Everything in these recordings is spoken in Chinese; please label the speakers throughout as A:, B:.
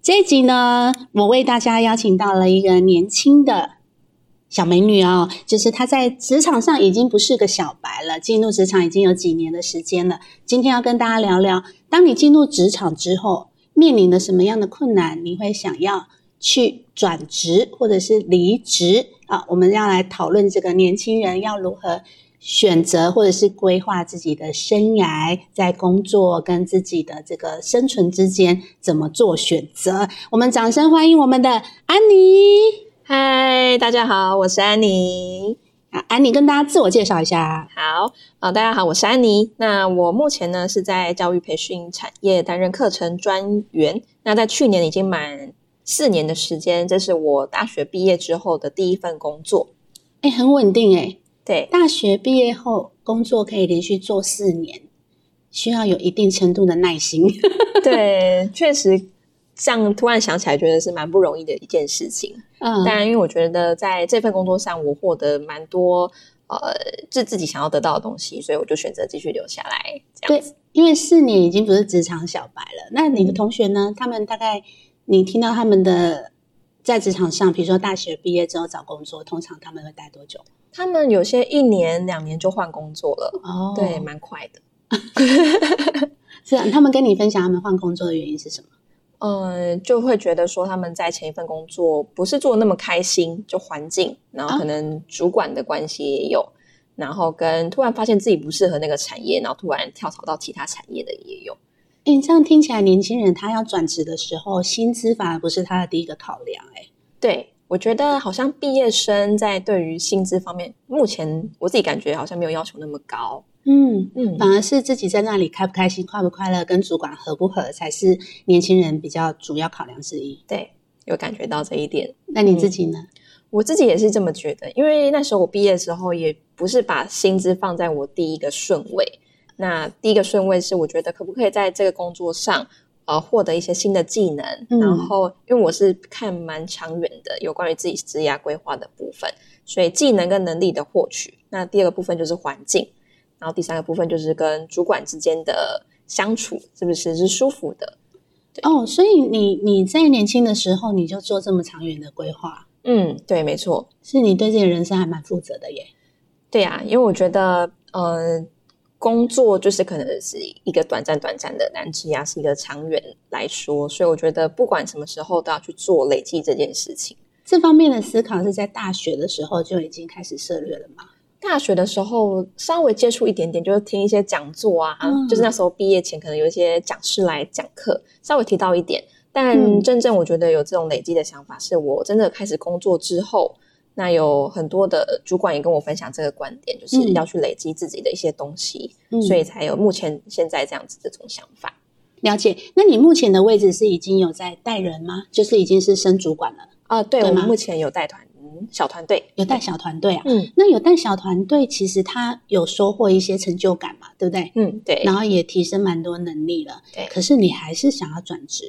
A: 这一集呢，我为大家邀请到了一个年轻的小美女哦，就是她在职场上已经不是个小白了，进入职场已经有几年的时间了。今天要跟大家聊聊，当你进入职场之后，面临了什么样的困难，你会想要去转职或者是离职啊？我们要来讨论这个年轻人要如何。选择或者是规划自己的生涯，在工作跟自己的这个生存之间怎么做选择？我们掌声欢迎我们的安妮。
B: 嗨，大家好，我是安妮。
A: 啊，安妮跟大家自我介绍一下。
B: 好，啊，大家好，我是安妮。那我目前呢是在教育培训产业担任课程专员。那在去年已经满四年的时间，这是我大学毕业之后的第一份工作。
A: 哎、很稳定哎、
B: 对，
A: 大学毕业后工作可以连续做四年，需要有一定程度的耐心。
B: 对，确实这样突然想起来，觉得是蛮不容易的一件事情。
A: 嗯，
B: 当然，因为我觉得在这份工作上，我获得蛮多呃，是自己想要得到的东西，所以我就选择继续留下来。这样
A: 对
B: 子，
A: 因为四年已经不是职场小白了。那你的同学呢？他们大概你听到他们的在职场上，比如说大学毕业之后找工作，通常他们会待多久？
B: 他们有些一年、两年就换工作了，
A: 哦
B: 对，，蛮快的。
A: 是啊。他们跟你分享他们换工作的原因是什么？
B: 嗯，就会觉得说他们在前一份工作不是做得那么开心，就环境，然后可能主管的关系也有，然后跟突然发现自己不适合那个产业，然后突然跳槽到其他产业的也有。
A: 哎，你这样听起来，年轻人他要转职的时候，薪资反而不是他的第一个考量、诶
B: 对，我觉得好像毕业生在对于薪资方面，目前我自己感觉好像没有要求那么高。
A: 嗯，
B: 嗯，
A: 反而是自己在那里开不开心、快不快乐，跟主管合不合，才是年轻人比较主要考量之一。
B: 对，有感觉到这一点。
A: 那你
B: 嗯
A: 自己呢？
B: 我自己也是这么觉得，因为那时候我毕业的时候，也不是把薪资放在我第一个顺位。那第一个顺位是，我觉得可不可以在这个工作上，呃，获得一些新的技能。
A: 嗯
B: 然后，因为我是看蛮长远的，有关于自己职业规划的部分，所以技能跟能力的获取。那第二个部分就是环境，然后第三个部分就是跟主管之间的相处，是不是是舒服的？
A: 哦，所以你你在年轻的时候你就做这么长远的规划，
B: 嗯，对，没错。
A: 是你对自己的人生还蛮负责的耶。
B: 对呀、因为我觉得，呃，工作就是可能是一个短暂短暂的，但职涯是一个长远来说，所以我觉得不管什么时候都要去做累积这件事情。
A: 这方面的思考是在大学的时候就已经开始涉略了吗？
B: 大学的时候稍微接触一点点，就是听一些讲座啊，
A: 嗯
B: 就是那时候毕业前可能有一些讲师来讲课，稍微提到一点。但
A: 嗯
B: 真正我觉得有这种累积的想法，是我真的开始工作之后，那有很多的主管也跟我分享这个观点，就是
A: 嗯
B: 要去累积自己的一些东西，
A: 嗯
B: 所以才有目前现在这样子这种想法。
A: 了解。那你目前的位置是已经有在带人吗？就是已经是升主管了，
B: 啊、对
A: 对
B: 我
A: 吗
B: 目前有带团嗯小团队，
A: 有带小团队啊？
B: 嗯
A: 那有带小团队，其实他有收获一些成就感嘛，对不对？
B: 嗯，对，
A: 然后也提升蛮多能力了。
B: 对
A: 可是你还是想要转职？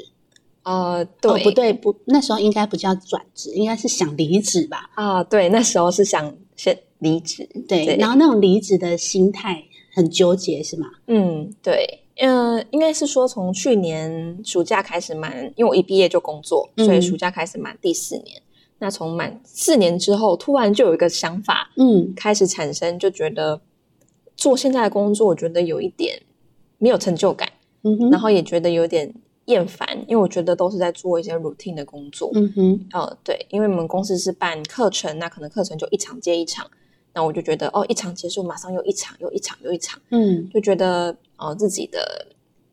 B: 呃，
A: 哦，
B: 对，
A: 不对，不，那时候应该不叫转职，应该是想离职吧？
B: 啊、对，那时候是想先离职，
A: 对，然后那种离职的心态很纠结，是吗？
B: 嗯，对，嗯、应该是说从去年暑假开始满，因为我一毕业就工作，所以
A: 嗯
B: 暑假开始满第四年。那从满四年之后，突然就有一个想法
A: 嗯，
B: 开始产生，就觉得做现在的工作，我觉得有一点没有成就感，
A: 嗯哼，
B: 然后也觉得有点厌烦，因为我觉得都是在做一些 routine 的工作。
A: 嗯哼，
B: 呃，对，因为我们公司是办课程，那可能课程就一场接一场，那我就觉得哦，一场结束马上又一场，又一场，又一场。
A: 嗯，
B: 就觉得呃自己的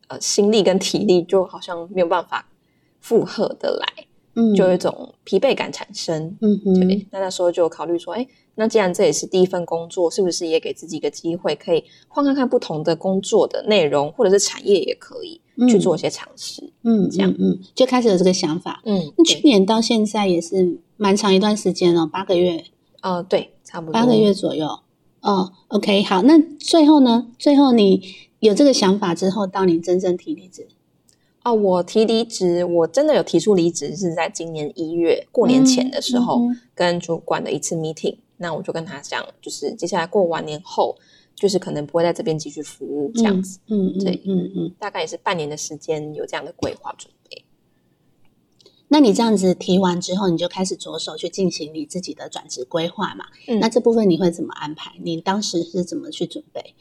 B: 呃心力跟体力就好像没有办法负荷的来，
A: 嗯
B: 就有一种疲惫感产生。
A: 嗯哼，
B: 对，那那时候就有考虑说，哎，那既然这也是第一份工作，是不是也给自己一个机会，可以换看看不同的工作的内容，或者是产业也可以、去
A: 嗯
B: 做一些尝试。
A: 嗯，
B: 这样
A: 嗯嗯，就开始有这个想法。
B: 嗯
A: 那去
B: 对，
A: 年到现在也是蛮长一段时间了，八个月，
B: 呃，对，差不多
A: 八个月左右。哦，OK，好，那最后呢？最后你有这个想法之后，到你真正提离职，
B: 哦，我提离职，我真的有提出离职，是在今年一月过年前的时候，
A: 嗯嗯
B: 跟主管的一次 meeting。那我就跟他讲，就是接下来过完年后，就是可能不会在这边继续服务这样子，
A: 嗯嗯
B: 对
A: 嗯嗯。
B: 大概也是半年的时间有这样的规划准备。
A: 那你这样子提完之后，你就开始着手去进行你自己的转职规划嘛？
B: 嗯
A: 那这部分你会怎么安排？你当时是怎么去准备？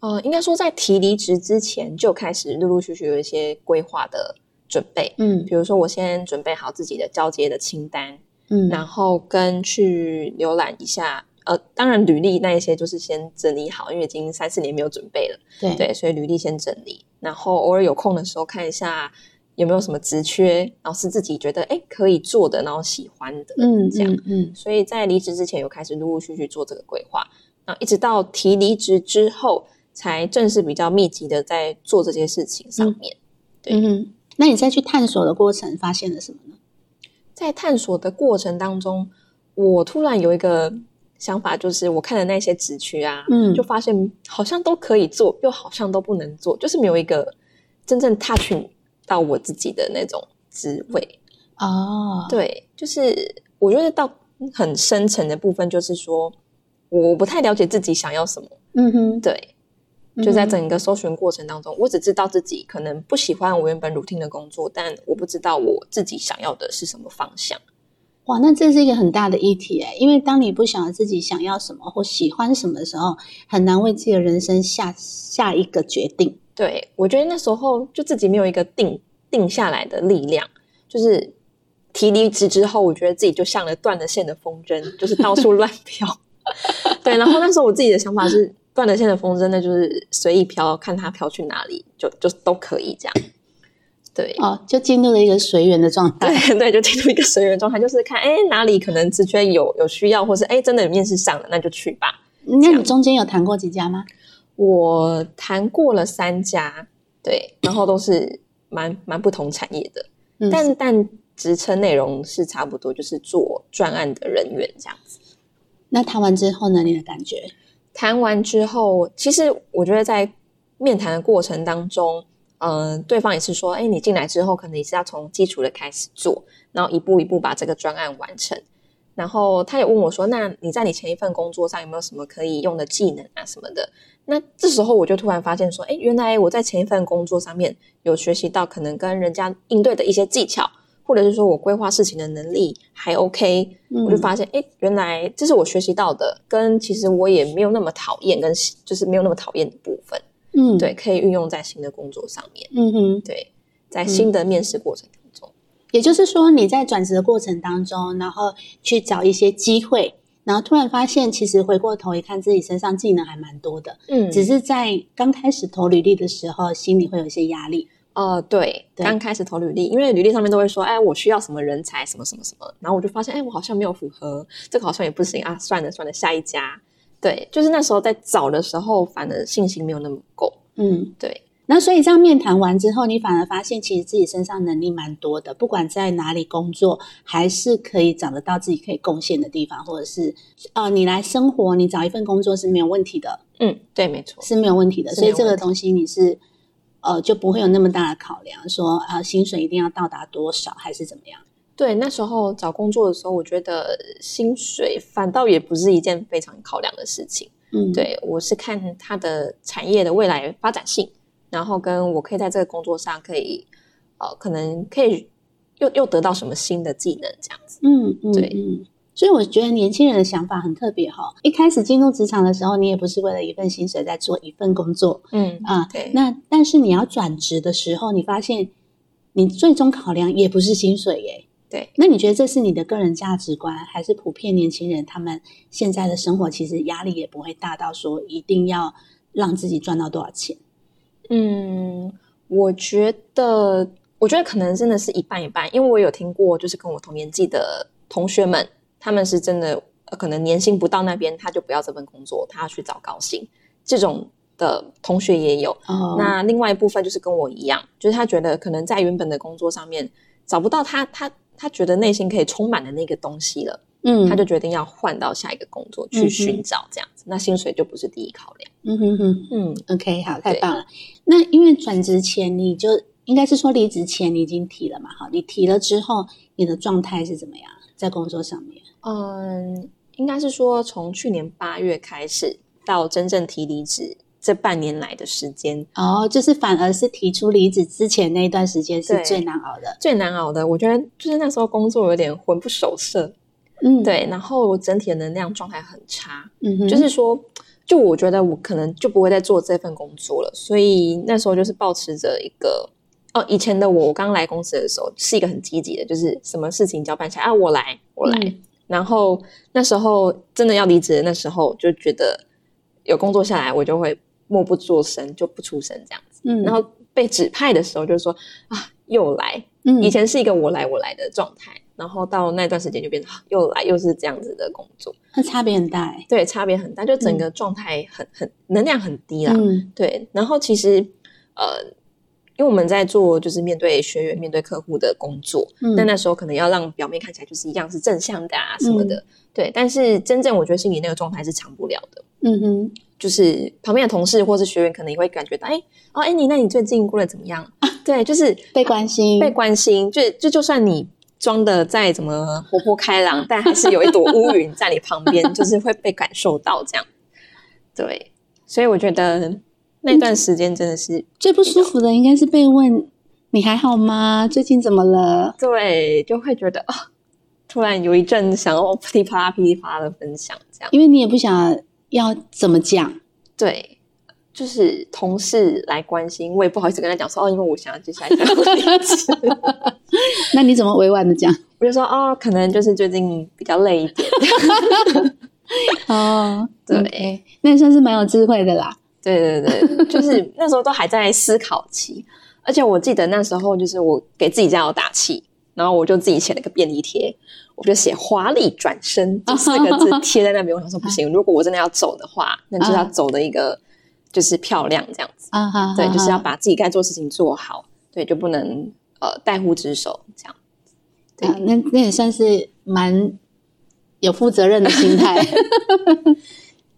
B: 呃，应该说在提离职之前就开始陆陆续续有一些规划的准备，
A: 嗯
B: 比如说我先准备好自己的交接的清单，
A: 嗯
B: 然后跟去浏览一下。呃，当然履历那一些就是先整理好，因为已经三四年没有准备了，
A: 对
B: 对，所以履历先整理，然后偶尔有空的时候看一下有没有什么职缺，然后是自己觉得哎可以做的，然后喜欢的，
A: 嗯
B: 这样。
A: 嗯嗯
B: 所以在离职之前有开始陆陆续续做这个规划，然后一直到提离职之后，才正式比较密集的在做这些事情上面。对
A: 嗯哼。那你在去探索的过程发现了什么呢？
B: 在探索的过程当中，我突然有一个想法，就是我看的那些职区啊，
A: 嗯
B: 就发现好像都可以做，又好像都不能做，就是没有一个真正 touch 到我自己的那种职
A: 嗯
B: 位。
A: 哦，，
B: 对，就是我觉得到很深层的部分，就是说我不太了解自己想要什么。
A: 嗯哼，
B: 对，就
A: 嗯
B: 在
A: 哼
B: 整个搜寻过程当中，我只知道自己可能不喜欢我原本 routine 的工作，但我不知道我自己想要的是什么方向。
A: 哇，那这是一个很大的议题欸诶，因为当你不晓得自己想要什么或喜欢什么的时候，很难为自己的人生下下一个决定。
B: 对，我觉得那时候就自己没有一个定定下来的力量，就是提离职之后，我觉得自己就像了断了线的风筝，就是到处 乱飘。对，然后那时候我自己的想法是，断了线的风筝，那就是随意飘，看它飘去哪里，就就都可以这样。对，
A: 哦，就进入了一个随缘的状态。
B: 对 对，就进入一个随缘状态，就是看哎哪里可能职缺有有需要，或是哎真的有面试上了，那就去吧。
A: 那你中间有谈过几家吗？
B: 我谈过了三家，对，然后都是蛮蛮不同产业的，
A: 嗯
B: 但但职称内容是差不多，就是做专案的人员这样子。
A: 那谈完之后呢？你的感觉？
B: 谈完之后，其实我觉得在面谈的过程当中，嗯、对方也是说，哎，你进来之后，可能也是要从基础的开始做，然后一步一步把这个专案完成。然后他也问我说，那你在你前一份工作上有没有什么可以用的技能啊什么的？那这时候我就突然发现说，哎，原来我在前一份工作上面有学习到可能跟人家应对的一些技巧，或者是说我规划事情的能力还 OK，
A: 嗯
B: 我就发现，哎，原来这是我学习到的，跟其实我也没有那么讨厌，跟喜就是没有那么讨厌的部分，
A: 嗯，
B: 对，，可以运用在新的工作上面，
A: 嗯哼。
B: 对，在新的面试过程当中，
A: 也就是说，你在转职的过程当中，然后去找一些机会，然后突然发现，其实回过头一看，自己身上技能还蛮多的，
B: 嗯
A: 只是在刚开始投履历的时候，心里会有一些压力。
B: 呃，对，
A: 对
B: 刚开始投履历，因为履历上面都会说，哎，我需要什么人才，什么什么什么，然后我就发现，哎，我好像没有符合，这个好像也不行啊，算了算了，下一家，对，就是那时候在找的时候，反而信心没有那么够，
A: 嗯，
B: 对，
A: 那所以这样面谈完之后，你反而发现其实自己身上能力蛮多的，不管在哪里工作，还是可以找得到自己可以贡献的地方，或者是呃，你来生活，你找一份工作是没有问题的，
B: 嗯，对，没错，
A: 是没有问题的。
B: 是
A: 所
B: 没
A: 以
B: 有
A: 这个
B: 问题
A: 东西你是呃就不会有那么大的考量，说呃薪水一定要到达多少还是怎么样？
B: 对，那时候找工作的时候，我觉得薪水反倒也不是一件非常考量的事情。
A: 嗯，，
B: 对我是看它的产业的未来发展性，然后跟我可以在这个工作上可以，呃，可能可以又又得到什么新的技能这样子。
A: 嗯嗯
B: 对
A: 嗯。所以我觉得年轻人的想法很特别哈、一开始进入职场的时候，你也不是为了一份薪水在做一份工作，
B: 嗯
A: 啊
B: 对，
A: 那但是你要转职的时候，你发现你最终考量也不是薪水耶。
B: 对，
A: 那你觉得这是你的个人价值观，还是普遍年轻人他们现在的生活其实压力也不会大到说一定要让自己赚到多少钱？
B: 嗯，我觉得我觉得可能真的是一半一半，因为我有听过，就是跟我同年纪的同学们，他们是真的、呃可能年薪不到那边，他就不要这份工作，他要去找高薪，这种的同学也有。
A: 哦，
B: 那另外一部分就是跟我一样，就是他觉得可能在原本的工作上面找不到他他他觉得内心可以充满的那个东西了，
A: 嗯，
B: 他就决定要换到下一个工作
A: 嗯
B: 去
A: 哼
B: 寻找这样子，那薪水就不是第一考量。
A: 嗯哼哼
B: 嗯，
A: ，OK，好，太
B: 对
A: 棒了。那因为转职前你就应该是说离职前你已经提了嘛，哈，你提了之后你的状态是怎么样？在工作上面，
B: 嗯，应该是说从去年八月开始到真正提离职这半年来的时间，
A: 哦，就是反而是提出离职之前那一段时间是
B: 对
A: 最难熬的，
B: 最难熬的，我觉得就是那时候工作有点魂不守舍，
A: 嗯，，
B: 对，然后我整体的能量状态很差，
A: 嗯哼，
B: 就是说，就我觉得我可能就不会再做这份工作了，所以那时候就是保持着一个。哦，以前的我，我刚来公司的时候是一个很积极的，就是什么事情交办下来啊，我来，我来，
A: 嗯
B: 然后那时候真的要离职的那时候，就觉得有工作下来，我就会默不作声，就不出声这样子。
A: 嗯，
B: 然后被指派的时候，就说啊，又来。
A: 嗯，
B: 以前是一个我来我来的状态，然后到那段时间就变成、啊又来又是这样子的工作，
A: 那差别很大哎、
B: 对，差别很大，就整个状态很很能量很低啦。
A: 嗯
B: 对，然后其实呃，因为我们在做就是面对学员、面对客户的工作，
A: 嗯，
B: 但那时候可能要让表面看起来就是一样是正向的啊什么
A: 嗯
B: 的，对。但是真正我觉得心里那个状态是长不了的，
A: 嗯哼，
B: 就是旁边的同事或是学员可能也会感觉到，哎、哦，哎你那你最近过得怎么样？ 对，就是
A: 被关心，
B: 被关心，就就就算你装的再怎么活泼开 朗，但还是有一朵乌云在你旁边， 就是会被感受到这样。对，所以我觉得那段时间真的是
A: 最不舒服的应该是被问你还好吗？最近怎么了？
B: 对，就会觉得哦，突然有一阵想要 噼里啪啦噼里啪啦的分享这样。
A: 因为你也不想要怎么讲，
B: 对，就是同事来关心，我也不好意思跟他讲说哦，因为我想要接下来想要离职
A: 那你怎么委婉的讲？
B: 我就说哦，可能就是最近比较累一点。
A: 哦，
B: 对
A: OK，那也算是蛮有智慧的啦。
B: 对对对，就是 那时候都还在思考期，而且我记得那时候就是我给自己加油打气，然后我就自己写了个便利贴，我就写“华丽转 身”这四个字贴在那边。我想说不行，如果我真的要走的话，那就是要走的一个就是漂亮这样子，
A: 啊哈，
B: 对，
A: 哈
B: 就是要
A: 哈
B: 把自己该做的事情做好，对，就不能呃怠忽职守这样。对
A: 啊那那也算是蛮有负责任的心 态。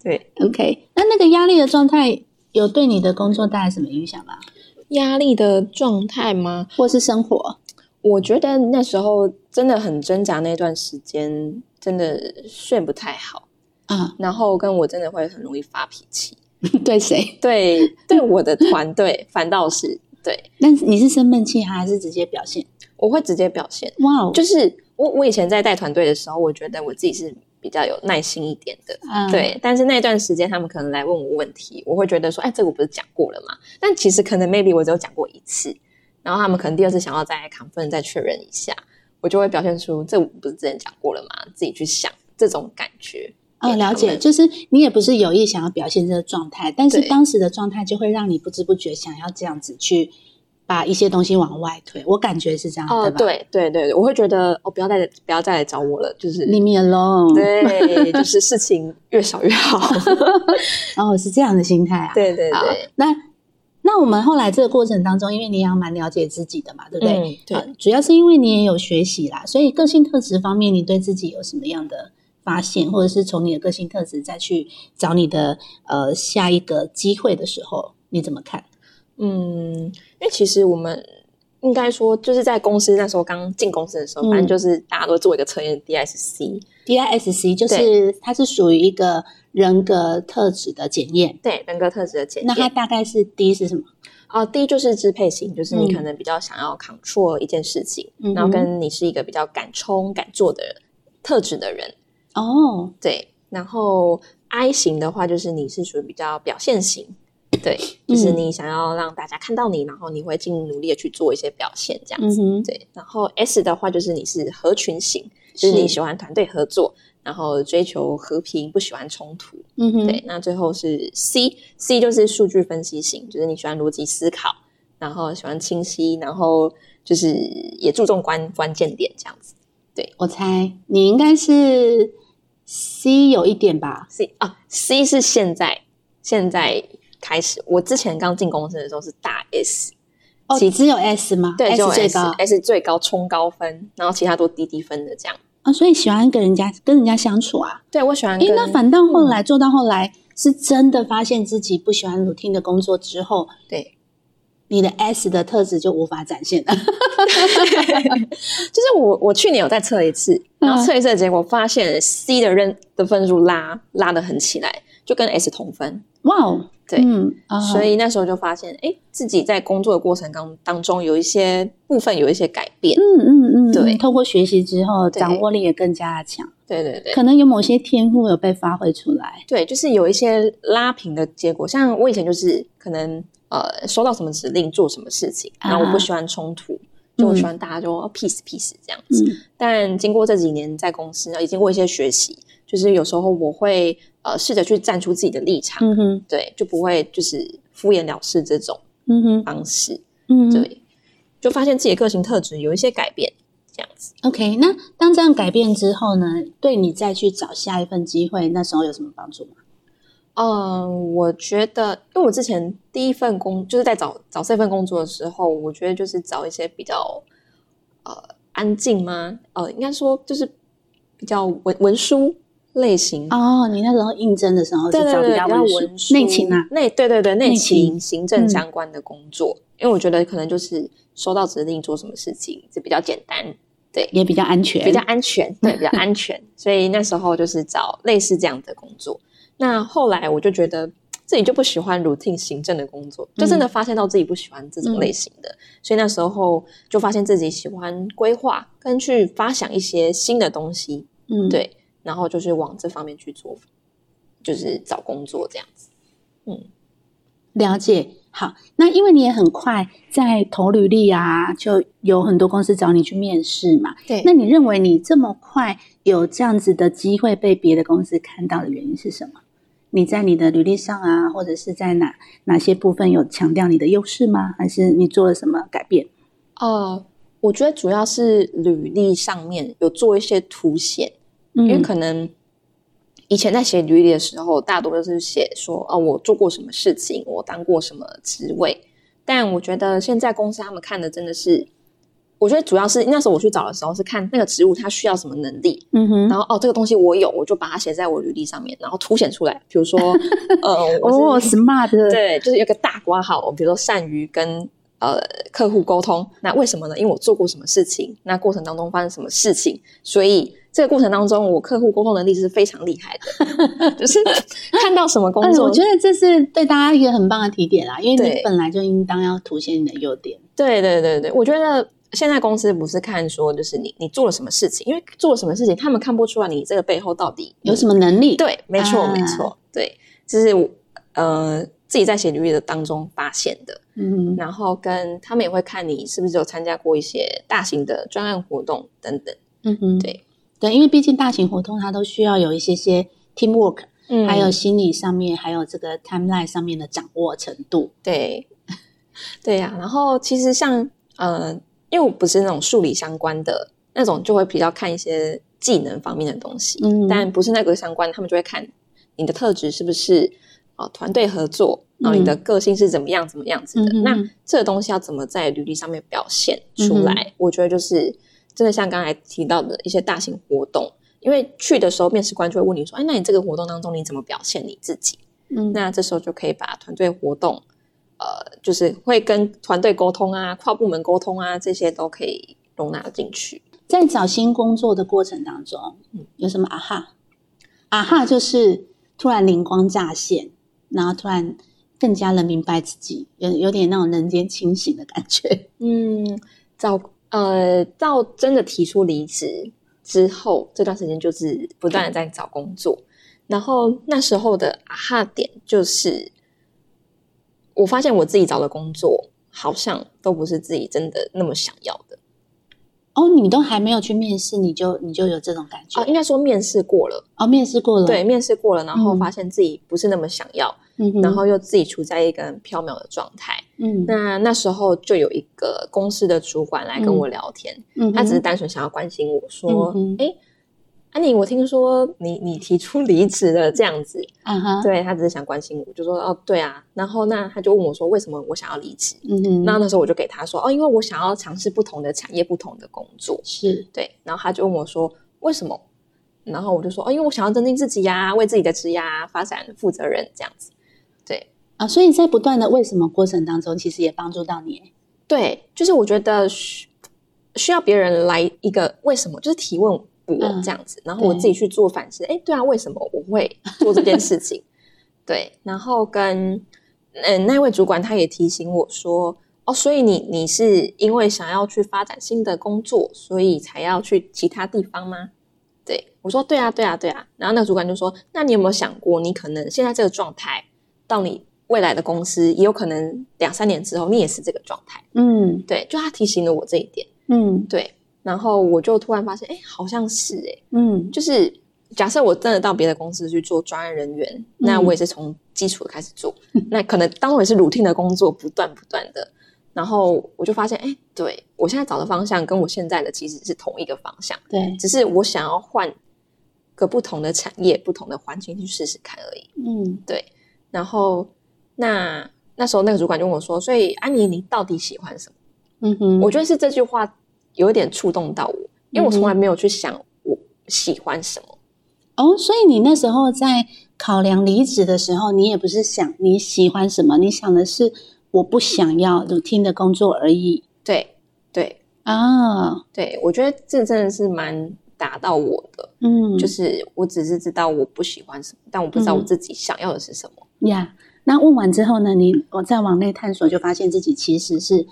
B: 对，
A: OK，那那个压力的状态有对你的工作带来什么影响吗？
B: 压力的状态吗？
A: 或是生活？
B: 我觉得那时候真的很挣扎，那段时间真的睡不太好。
A: 啊，
B: 然后跟我真的会很容易发脾气，
A: 对谁？
B: 对对我的团队反倒是对
A: 那你是生闷气还是直接表现？
B: 我会直接表现，
A: 哇哦，
B: 就是我我以前在带团队的时候，我觉得我自己是比较有耐心一点的，
A: 啊，
B: 对，但是那段时间他们可能来问我问题，我会觉得说，哎，这个我不是讲过了吗？但其实可能 maybe 我只有讲过一次，然后他们可能第二次想要再 confirm 再确认一下，我就会表现出这我不是之前讲过了吗？自己去想这种感觉，
A: 哦，
B: 给
A: 了
B: 他
A: 解，
B: 们
A: 就是你也不是有意想要表现这个状态，但是
B: 对
A: 当时的状态就会让你不知不觉想要这样子去把一些东西往外推，我感觉是这样，
B: 哦，
A: 嗯对吧
B: 对对对，对我会觉得哦，不要再来不要再来找我了，就是
A: ？Leave me alone，，
B: 对，就是事情越少越好。
A: 哦，是这样的心态啊，
B: 对对
A: 好
B: 对，，
A: 那那我们后来这个过程当中，因为你也要蛮了解自己的嘛，对不对？
B: 嗯对
A: 呃主要是因为你也有学习啦，所以个性特质方面，你对自己有什么样的发现，或者是从你的个性特质再去找你的呃下一个机会的时候，你怎么看？
B: 嗯，因为其实我们应该说，就是在公司那时候刚进公司的时候，
A: 嗯
B: 反正就是大家都做一个测验 DSC，
A: DISC 就是它是属于一个人格特质的检验。
B: 对人格特质的检
A: 那它
B: 验。
A: 大概是 D 是什么？
B: 哦，第一就是支配型，就是你
A: 嗯
B: 可能比较想要 control 一件事情，
A: 嗯哼
B: 然后跟你是一个比较敢冲敢做的人特质的人，
A: 哦，
B: 对。然后 I 型的话，就是你是属于比较表现型。对，就是
A: 嗯
B: 你想要让大家看到你，然后你会尽努力的去做一些表现，这样子。
A: 嗯哼，
B: 对，然后 S 的话就是你是合群型，就是你喜欢团队合作，然后追求和平，不喜欢冲突。
A: 嗯哼，
B: 对，那最后是 C，C 就是数据分析型，就是你喜欢逻辑思考，然后喜欢清晰，然后就是也注重关关键点这样子。
A: 我猜你应该是 C 有一点吧？
B: C 啊，C 是现在现在开始，我之前刚进公司的时候是大 S，
A: 哦，
B: 其
A: 只有 S 吗？
B: 对，就
A: ，S 最
B: S
A: 高
B: S 最高冲高分，然后其他都低低分的这样。
A: 啊，所以喜欢跟人家跟人家相处啊。
B: 对我喜欢
A: 诶，
B: 跟
A: 那反倒后来、做到后来，是真的发现自己不喜欢 routine 的工作之后，
B: 对，
A: 你的 S 的特质就无法展现 了。
B: 就是我我去年有再测一次，然
A: 嗯
B: 后测一次的结果发现 C 的认的分数拉拉的很起来，就跟 S 同分，
A: 哇哦，
B: 对
A: 嗯，啊
B: 所以那时候就发现，哎，自己在工作的过程当当中有一些部分有一些改变，
A: 嗯嗯嗯，
B: 对
A: 嗯透过学习之后，
B: 对
A: 掌握力也更加强，
B: 对对对。
A: 可能有某些天赋有被发挥出来。
B: 对，就是有一些拉平的结果。像我以前就是可能呃收到什么指令做什么事情，
A: 啊
B: 然后我不喜欢冲突，就我喜欢大家就、哦 peace peace 这样子。
A: 嗯
B: 但经过这几年在公司，呃也经过一些学习，就是有时候我会呃试着去站出自己的立场，
A: 嗯哼，
B: 对，就不会就是敷衍了事这种
A: 嗯哼，
B: 方式。
A: 嗯哼
B: 对，就发现自己的个性特质有一些改变，这样子。
A: OK，那当这样改变之后呢，对你再去找下一份机会，那时候有什么帮助吗？
B: 嗯，我觉得，因为我之前第一份工就是在找找这份工作的时候，我觉得就是找一些比较呃安静吗？呃，应该说就是比较文文书类型。
A: 哦，你那时候应征的时候是
B: 对对
A: 找
B: 对，
A: 比较
B: 比较
A: 文书
B: 文书
A: 内勤啊，，
B: 内对对对内
A: 内勤
B: 勤行政
A: 嗯
B: 相关的工作，因为我觉得可能就是收到指令做什么事情，这比较简单，
A: 也比较安全，
B: 比较安全，对，比较安全。所以那时候就是找类似这样的工作。那后来我就觉得自己就不喜欢 routine 行政的工作，就真的发现到自己不喜欢这种类型的。所以那时候就发现自己喜欢规划跟去发想一些新的东西，
A: 嗯，
B: 对，然后就是往这方面去做，就是找工作这样子。
A: 了解。好，那因为你也很快在投履历啊，就有很多公司找你去面试嘛。
B: 对
A: 那你认为你这么快有这样子的机会被别的公司看到的原因是什么？你在你的履历上啊，或者是在哪哪些部分有强调你的优势吗？还是你做了什么改变？
B: 呃，我觉得主要是履历上面有做一些凸显。
A: 嗯
B: 因为可能以前在写履历的时候，大多都是写说哦，我做过什么事情，我当过什么职位。但我觉得现在公司他们看的真的是，我觉得主要是那时候我去找的时候是看那个职务它需要什么能力，
A: 嗯哼，
B: 然后哦这个东西我有，我就把它写在我履历上面，然后凸显出来。比如说，呃，
A: 哦
B: 我是、
A: ，smart，
B: 对，就是有个大瓜号，我比如说善于跟呃客户沟通，那为什么呢？因为我做过什么事情，那过程当中发生什么事情，所以这个过程当中我客户沟通能力是非常厉害 的，就是看到什么工
A: 哎，
B: 作，
A: 我觉得这是对大家一个很棒的提点啦，因为你
B: 对
A: 本来就应当要凸显你的优点。
B: 对对对对，我觉得现在公司不是看说就是你你做了什么事情，因为做了什么事情，他们看不出来你这个背后到底
A: 有什么能力？，
B: 对，没错，
A: 嗯啊
B: 没错，对，这是我呃自己在写履历的当中发现的。
A: 嗯
B: 然后跟他们也会看你是不是有参加过一些大型的专案活动等等。
A: 嗯哼，
B: 对
A: 对，因为毕竟大型活动它都需要有一些些 teamwork，、
B: 嗯
A: 还有心理上面，还有这个 timeline 上面的掌握程度。
B: 对 对呀、然后其实像呃，因为我不是那种数理相关的那种，就会比较看一些技能方面的东西，
A: 嗯
B: 但不是那个相关，他们就会看你的特质是不是啊、呃团队合作，然后你的个性是怎么样怎么样子
A: 嗯
B: 的。
A: 嗯哼
B: 那这个东西要怎么在履历上面表现出来？我觉得就是真的像刚才提到的一些大型活动。因为去的时候，面试官就会问你说：“哎，那你这个活动当中你怎么表现你自己？”
A: 嗯，
B: 那这时候就可以把团队活动，呃，就是会跟团队沟通啊、跨部门沟通啊，这些都可以容纳进去。
A: 在找新工作的过程当中，有什么啊哈？啊哈，就是突然灵光乍现，然后突然更加的明白自己，有有点那种人间清醒的感觉。
B: 嗯，到呃到真的提出离职之后，这段时间就是不
A: 嗯
B: 断的在找工作，然后那时候的啊哈点就是，我发现我自己找的工作好像都不是自己真的那么想要的。
A: 哦，你都还没有去面试，你就你就有这种感觉？
B: 啊，应该说面试过了，
A: 哦，面试过了，
B: 对，，面试过了，然后
A: 嗯
B: 发现自己不是那么想要，
A: 嗯哼、
B: 然后又自己处在一个很飘渺的状态，
A: 嗯
B: 那那时候就有一个公司的主管来跟我聊天，
A: 嗯哼，
B: 他只是单纯想要关心我说
A: 嗯哼：“
B: 哎、安妮，我听说你你提出离职了，这样子。
A: 啊哈，
B: 对他只是想关心我，就说：“哦，对啊。”然后那他就问我说：“为什么我想要离职？”
A: 嗯哼，
B: 那那时候我就给他说：“哦，因为我想要尝试不同的产业、不同的工作。”
A: 是
B: 对，然后他就问我说为什么？然后我就说哦，因为我想要增进自己呀、为自己的职业啊发展负责任这样子。
A: 啊，所以在不断的为什么过程当中，其实也帮助到你，
B: 对，就是我觉得需需要别人来一个为什么，就是提问我
A: 嗯
B: 这样子，然后我
A: 对
B: 自己去做反思。哎，对啊，为什么我会做这件事情？对，然后跟嗯、呃那位主管他也提醒我说。哦，所以你你是因为想要去发展新的工作，所以才要去其他地方吗？对，我说对啊，对啊，对啊。然后那个主管就说：“那你有没有想过，你可能现在这个状态，到你未来的公司，也有可能两三年之后，你也是这个状态。
A: 嗯”
B: 对，就他提醒了我这一点。
A: 嗯
B: 对，然后我就突然发现，哎，好像是哎、
A: 嗯
B: 就是假设我真的到别的公司去做专案人员，那我也是从基础开始做，那可能当我也是 routine 的工作，不断不断的。然后我就发现，哎，对我现在找的方向跟我现在的其实是同一个方向。
A: 对，
B: 只是我想要换个不同的产业、不同的环境去试试看而已。
A: 嗯
B: 然后那那时候那个主管就问我说：“所以安妮，你到底喜欢什么？”
A: 嗯哼，
B: 我觉得是这句话有一点触动到我，因为我从来没有去想我喜欢什么。
A: 哦，所以你那时候在考量离职的时候，你也不是想你喜欢什么，你想的是我不想要 routine 的工作而已
B: 对对
A: 啊。
B: 对，我觉得这真的是蛮打到我的，
A: 嗯，
B: 就是我只是知道我不喜欢什么，但我不知道我
A: 嗯
B: 自己想要的是什么。
A: 呀那问完之后呢，你我再往内探索，就发现自己其实是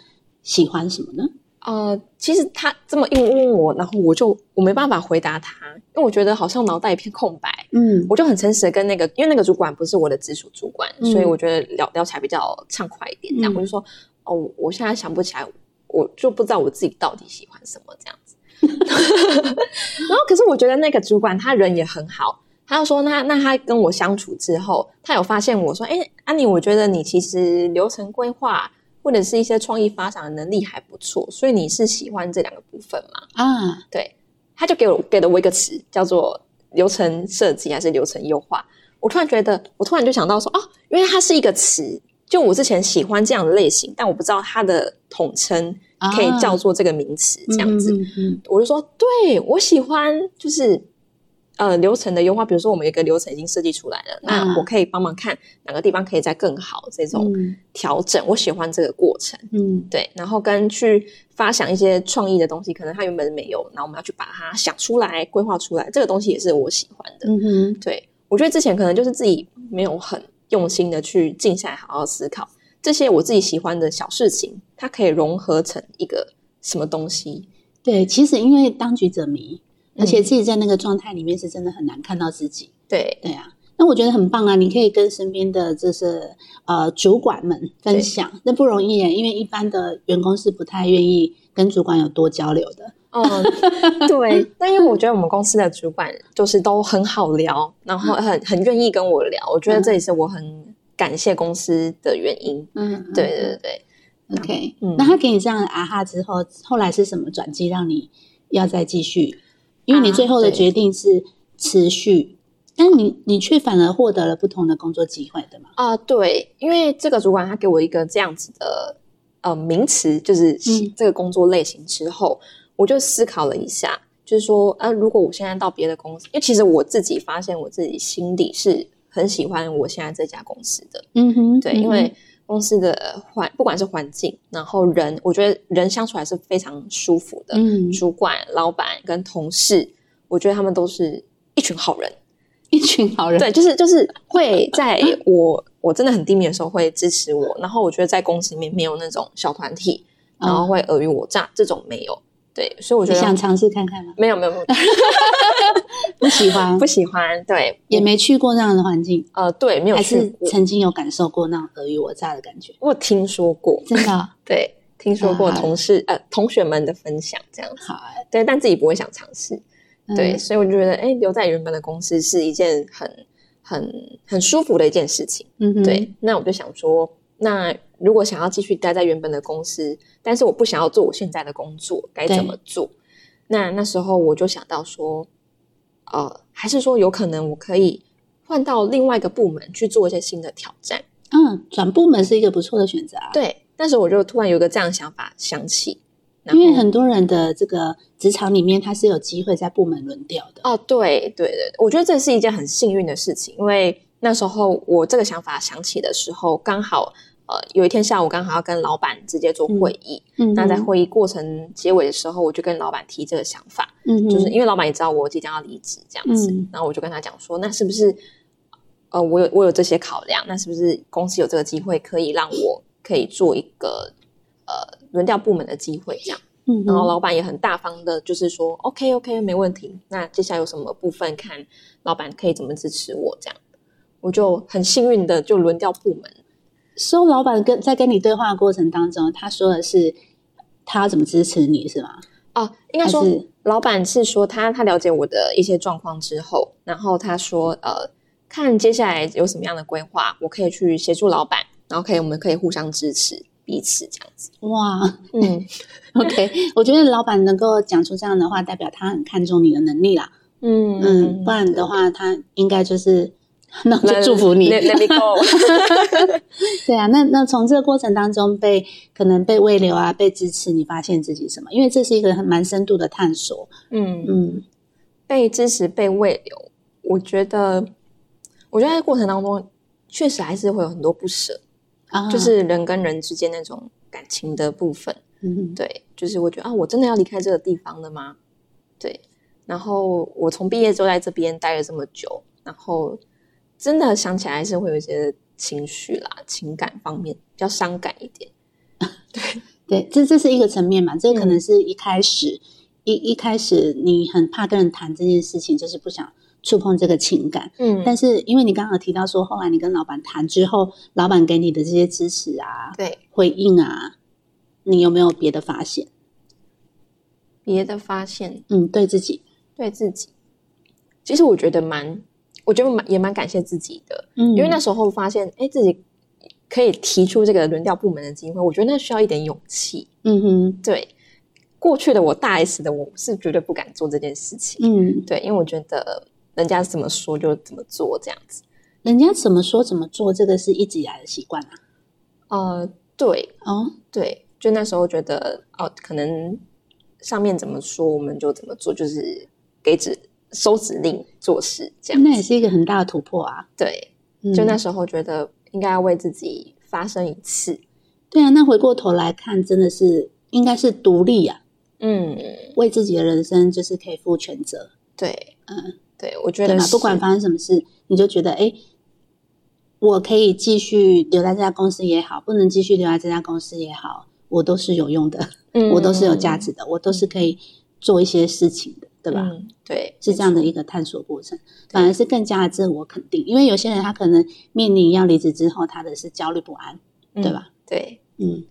A: 喜欢什么呢？
B: 呃，其实他这么一问我，然后我就我没办法回答他，因为我觉得好像脑袋一片空白。
A: 嗯
B: 我就很诚实的跟那个，因为那个主管不是我的直属主管，
A: 嗯
B: 所以我觉得聊聊起来比较畅快一点。这样、
A: 嗯
B: 我就说，哦，我我现在想不起来，我就不知道我自己到底喜欢什么这样 子。然后，可是我觉得那个主管他人也很好，他就说那那他跟我相处之后，他有发现我说，哎，安妮，我觉得你其实流程规划或者是一些创意发展的能力还不错，所以你是喜欢这两个部分吗？
A: 啊，
B: 对，他就给我给了我一个词，叫做流程设计还是流程优化。我突然觉得，我突然就想到说，哦，因为它是一个词，就我之前喜欢这样的类型，但我不知道它的统称
A: 啊
B: 可以叫做这个名词，这样子。
A: 嗯嗯
B: 我就说，对我喜欢就是呃流程的优化，比如说我们有一个流程已经设计出来了，
A: 啊
B: 那我可以帮忙看哪个地方可以再更好这种
A: 嗯
B: 调整。我喜欢这个过程。
A: 嗯
B: 对，然后跟去发想一些创意的东西，可能它原本没有，然后我们要去把它想出来、规划出来，这个东西也是我喜欢的。
A: 嗯哼，
B: 对我觉得之前可能就是自己没有很用心的去静下来好好思考这些我自己喜欢的小事情，它可以融合成一个什么东西。
A: 对，其实因为当局者迷，而且
B: 嗯
A: 自己在那个状态里面是真的很难看到自己。
B: 对
A: 对啊，那我觉得很棒啊！你可以跟身边的就是呃主管们分享，那不容易耶，因为一般的员工是不太愿意跟主管有多交流的。
B: 嗯，对，那因为我觉得我们公司的主管就是都很好聊，然后很很愿意跟我聊，我觉得这也是我很感谢公司的原因。
A: 嗯，
B: 对对对，
A: 嗯，OK
B: 嗯
A: 那他给你这样的啊哈之后，后来是什么转机让你要再继续？因为你
B: 啊
A: 最后的
B: 对
A: 决定是持续，但你你却反而获得了不同的工作机会，对吗？
B: 啊、对，因为这个主管他给我一个这样子的呃名词，就是喜
A: 嗯
B: 这个工作类型之后，我就思考了一下，就是说，呃，如果我现在到别的公司，因为其实我自己发现我自己心里是很喜欢我现在这家公司的，
A: 嗯哼，
B: 对，因为公司的环不管是环境，然后人，我觉得人相处还是非常舒服的，
A: 嗯，
B: 主管、老板跟同事，我觉得他们都是一群好人。
A: 一群 好人，
B: 对，就是就是会在我我真的很低迷的时候会支持我，然后我觉得在公司里面没有那种小团体，
A: 嗯
B: 然后会尔虞我诈、这种没有。对，啊所以我觉
A: 你想
B: 得
A: 尝试看看吗？
B: 没有没有没有
A: 不喜欢
B: 不，喜欢，对
A: 也没去过那样的环境。
B: 呃对没有
A: 还
B: 去
A: 是
B: 过，
A: 曾经有感受过那种尔虞我诈的感觉，
B: 我听说过，
A: 真的啊
B: 对，听说过
A: 啊
B: 同事、呃同学们的分享这样子，
A: 好欸，
B: 对，但自己不会想尝试，
A: 嗯
B: 对，所以我就觉得哎留在原本的公司是一件很很很舒服的一件事情。
A: 嗯哼，
B: 对，那我就想说，那如果想要继续待在原本的公司，但是我不想要做我现在的工作，该
A: 对
B: 怎么做？那那时候我就想到说，呃，还是说有可能我可以换到另外一个部门去做一些新的挑战。
A: 嗯，转部门是一个不错的选择啊，
B: 对，那时候我就突然有一个这样的想法想起，然
A: 因为
B: 后
A: 很多人的这个职场里面，他是有机会在部门轮调的。
B: 哦，对对对，我觉得这是一件很幸运的事情，因为那时候我这个想法想起的时候，刚好呃有一天下午刚好要跟老板直接做会议，
A: 嗯
B: 那在会议过程结尾的时候，我就跟老板提这个想法，
A: 嗯哼
B: 就是因为老板也知道我即将要离职这样子，
A: 嗯
B: 然后我就跟他讲说，那是不是呃我有我有这些考量，那是不是公司有这个机会可以让我可以做一个呃轮调部门的机会这样？
A: 嗯哼
B: 然后老板也很大方的，就是说 OK OK 没问题。那接下来有什么部分看老板可以怎么支持我这样，我就很幸运的就轮调部门。
A: 所以老板跟在跟你对话的过程当中，他说的是他要怎么支持你是吗？
B: 哦，应该说
A: 还是
B: 老板是说他他了解我的一些状况之后，然后他说呃，看接下来有什么样的规划，我可以去协助老板，然后可以我们可以互相支持彼此这样子。
A: 哇
B: 嗯
A: ，OK，我觉得老板能够讲出这样的话，代表他很看重你的能力啦。
B: 嗯
A: 嗯，不然的话，他应该就是。 那我就祝福你。
B: Let, let me go 。
A: 对啊，那那从这个过程当中被可能被慰留啊，被支持，你发现自己什么？因为这是一个很蛮深度的探索。
B: 嗯。
A: 嗯
B: 被支持、被慰留，我觉得，我觉得在过程当中，确实还是会有很多不舍，
A: 啊，
B: 就是人跟人之间那种感情的部分。
A: 嗯
B: 对，就是我觉得啊，我真的要离开这个地方了吗？对，然后我从毕业之后在这边待了这么久，然后真的想起来是会有一些情绪啦、情感方面比较伤感一点。
A: 对，这这是一个层面嘛，这可能是一开始、一一开始你很怕跟人谈这件事情，就是不想触碰这个情感。
B: 嗯
A: 但是因为你刚刚有提到说，后来你跟老板谈之后，老板给你的这些支持啊、
B: 对，
A: 回应啊，你有没有别的发现？
B: 别的发现
A: 嗯，对自己，
B: 对自己，其实我觉得蛮，我觉得蛮也蛮感谢自己的。
A: 嗯
B: 因为那时候发现，哎，自己可以提出这个轮调部门的机会，我觉得那需要一点勇气。
A: 嗯哼，
B: 对，过去的我大 S 的我是绝对不敢做这件事情。
A: 嗯，
B: 对，因为我觉得人家怎么说就怎么做这样子。
A: 人家怎么说怎么做，这个是一直以来的习惯啊。
B: 呃，对
A: 哦，
B: 对，就那时候觉得哦，可能上面怎么说我们就怎么做，就是给指收指令做事这样
A: 那也
B: 子。
A: 是一个很大的突破啊。
B: 对，
A: 嗯
B: 就那时候觉得应该要为自己发声一次。
A: 对啊，那回过头来看，真的是应该是独立啊，
B: 嗯，
A: 为自己的人生就是可以负全责。
B: 对，
A: 嗯，
B: 对，我觉
A: 对
B: 得
A: 嘛，
B: 是
A: 不管发生什么事，你就觉得哎，诶我可以继续留在这家公司也好，不能继续留在这家公司也好，我都是有用的，
B: 嗯
A: 我都是有价值的，我都是可以做一些事情的，对吧？
B: 嗯对，
A: 是这样的一个探索过程，反而是更加的自我肯定，因为有些人他可能面临要离职之后，他的是焦虑不安，
B: 没错，
A: 对
B: 嗯
A: 吧？
B: 对
A: 嗯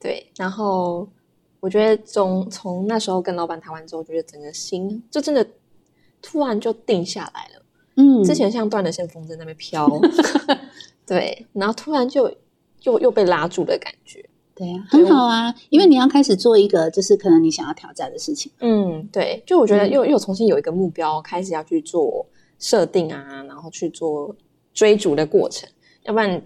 B: 对，然后我觉得从从那时候跟老板谈完之后，我觉得整个心就真的突然就定下来了。
A: 嗯，
B: 之前像断了线风筝那 边飘，对，然后突然就又又被拉住的感觉。
A: 对呀、啊，
B: 对
A: 很好啊，因为你要开始做一个就是可能你想要挑战的事情，
B: 嗯，对，就我觉得
A: 嗯
B: 又、又重新有一个目标，开始要去做设定啊，然后去做追逐的过程，要不然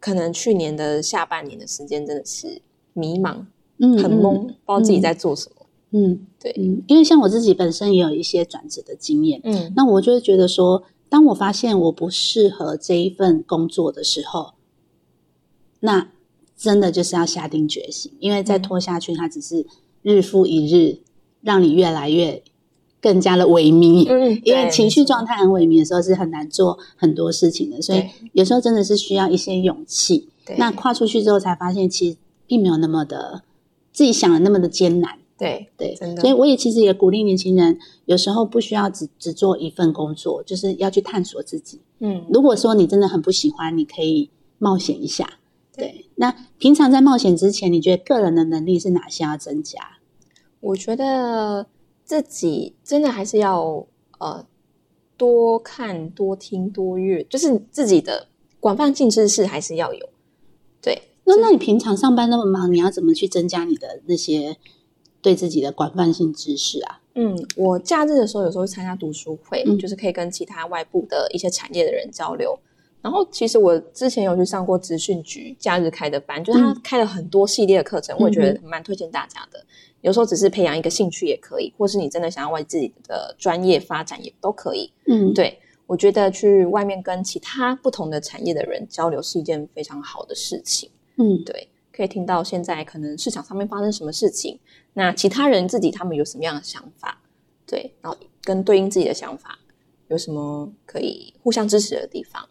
B: 可能去年的下半年的时间真的是迷茫，
A: 嗯，
B: 很
A: 嗯
B: 懵，不知道自己在做什么。
A: 嗯，
B: 对
A: 嗯，因为像我自己本身也有一些转职的经验，
B: 嗯
A: 那我就会觉得说，当我发现我不适合这一份工作的时候，那真的就是要下定决心，因为再
B: 嗯
A: 拖下去，它只是日复一日，让你越来越更加的萎靡。
B: 嗯，
A: 因为
B: 对
A: 情绪状态很萎靡的时候，是很难做很多事情的，所以
B: 对
A: 有时候真的是需要一些勇气。
B: 对
A: 那跨出去之后，才发现其实并没有那么的自己想的那么的艰难。
B: 对
A: 对
B: 真，的
A: 所以我也其实也鼓励年轻人，有时候不需要只只做一份工作，就是要去探索自己。
B: 嗯
A: 如果说你真的很不喜欢，你可以冒险一下。
B: 对
A: 对，那平常在冒险之前，你觉得个人的能力是哪些要增加？
B: 我觉得自己真的还是要呃多看、多听、多阅，就是自己的广泛性知识还是要有。对，
A: 那那你平常上班那么忙，你要怎么去增加你的那些对自己的广泛性知识啊？
B: 嗯，我假日的时候有时候会参加读书会，
A: 嗯
B: 就是可以跟其他外部的一些产业的人交流。然后其实我之前有去上过资讯局假日开的班，就是他
A: 嗯
B: 开了很多系列的课程，我也觉得蛮推荐大家的。有时候只是培养一个兴趣也可以，或是你真的想要为自己的专业发展也都可以。
A: 嗯，
B: 对我觉得去外面跟其他不同的产业的人交流是一件非常好的事情。
A: 嗯，
B: 对，可以听到现在可能市场上面发生什么事情，那其他人自己他们有什么样的想法，对，然后跟对应自己的想法有什么可以互相支持的地方。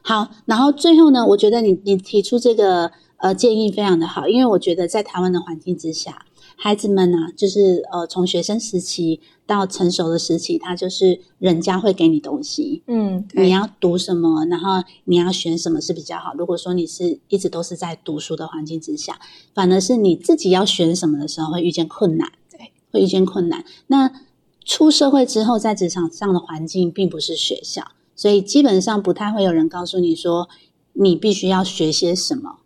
A: 好。然后最后呢，我觉得你你提出这个呃建议非常的好，因为我觉得在台湾的环境之下，孩子们呢、就是呃从学生时期到成熟的时期，他就是人家会给你东西，
B: 嗯，
A: 你要读什么，然后你要选什么是比较好。如果说你是一直都是在读书的环境之下，反而是你自己要选什么的时候会遇见困难，
B: 对，
A: 会遇见困难。那出社会之后，在职场上的环境并不是学校，所以基本上不太会有人告诉你说你必须要学些什么，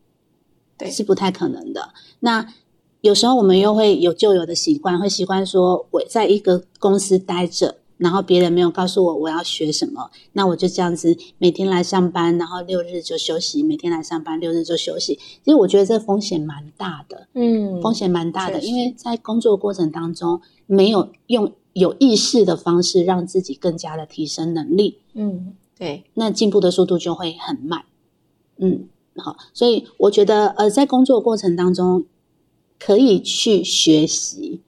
B: 对
A: 是不太可能的。那有时候我们又会有旧有的习惯，会习惯说我在一个公司待着，然后别人没有告诉我我要学什么，那我就这样子每天来上班，然后六日就休息，每天来上班，六日就休息。其实我觉得这风险蛮大的，
B: 嗯，
A: 风险蛮大的，
B: 确实
A: 因为在工作过程当中没有用有意识的方式让自己更加的提升能力，
B: 嗯，对，
A: 那进步的速度就会很慢。嗯，好，所以我觉得呃，在工作过程当中可以去学习。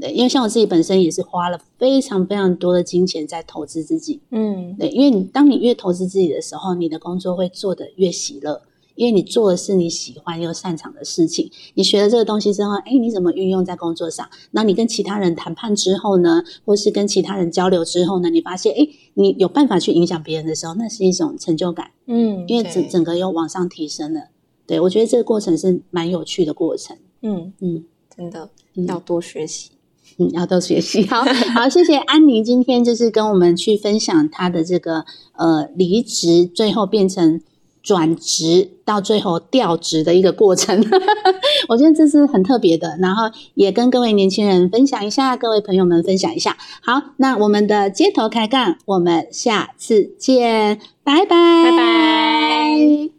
A: 对，因为像我自己本身也是花了非常非常多的金钱在投资自己，
B: 嗯，
A: 对，因为你当你越投资自己的时候，你的工作会做得越喜乐，因为你做的是你喜欢又擅长的事情。你学了这个东西之后，哎，你怎么运用在工作上？那你跟其他人谈判之后呢，或是跟其他人交流之后呢，你发现，哎，你有办法去影响别人的时候，那是一种成就感，
B: 嗯，
A: 因为整
B: 对，
A: 整个又往上提升了。对，我觉得这个过程是蛮有趣的过程。
B: 嗯，
A: 嗯
B: 真的
A: 嗯
B: 要多学习。
A: 嗯，要多学习。 好好，谢谢安妮今天就是跟我们去分享她的这个呃离职，最后变成转职到最后调职的一个过程。 我觉得这是很特别的，然后也跟各位年轻人分享一下，各位朋友们分享一下。好，那我们的街头开杠，我们下次见，拜拜，
B: 拜拜。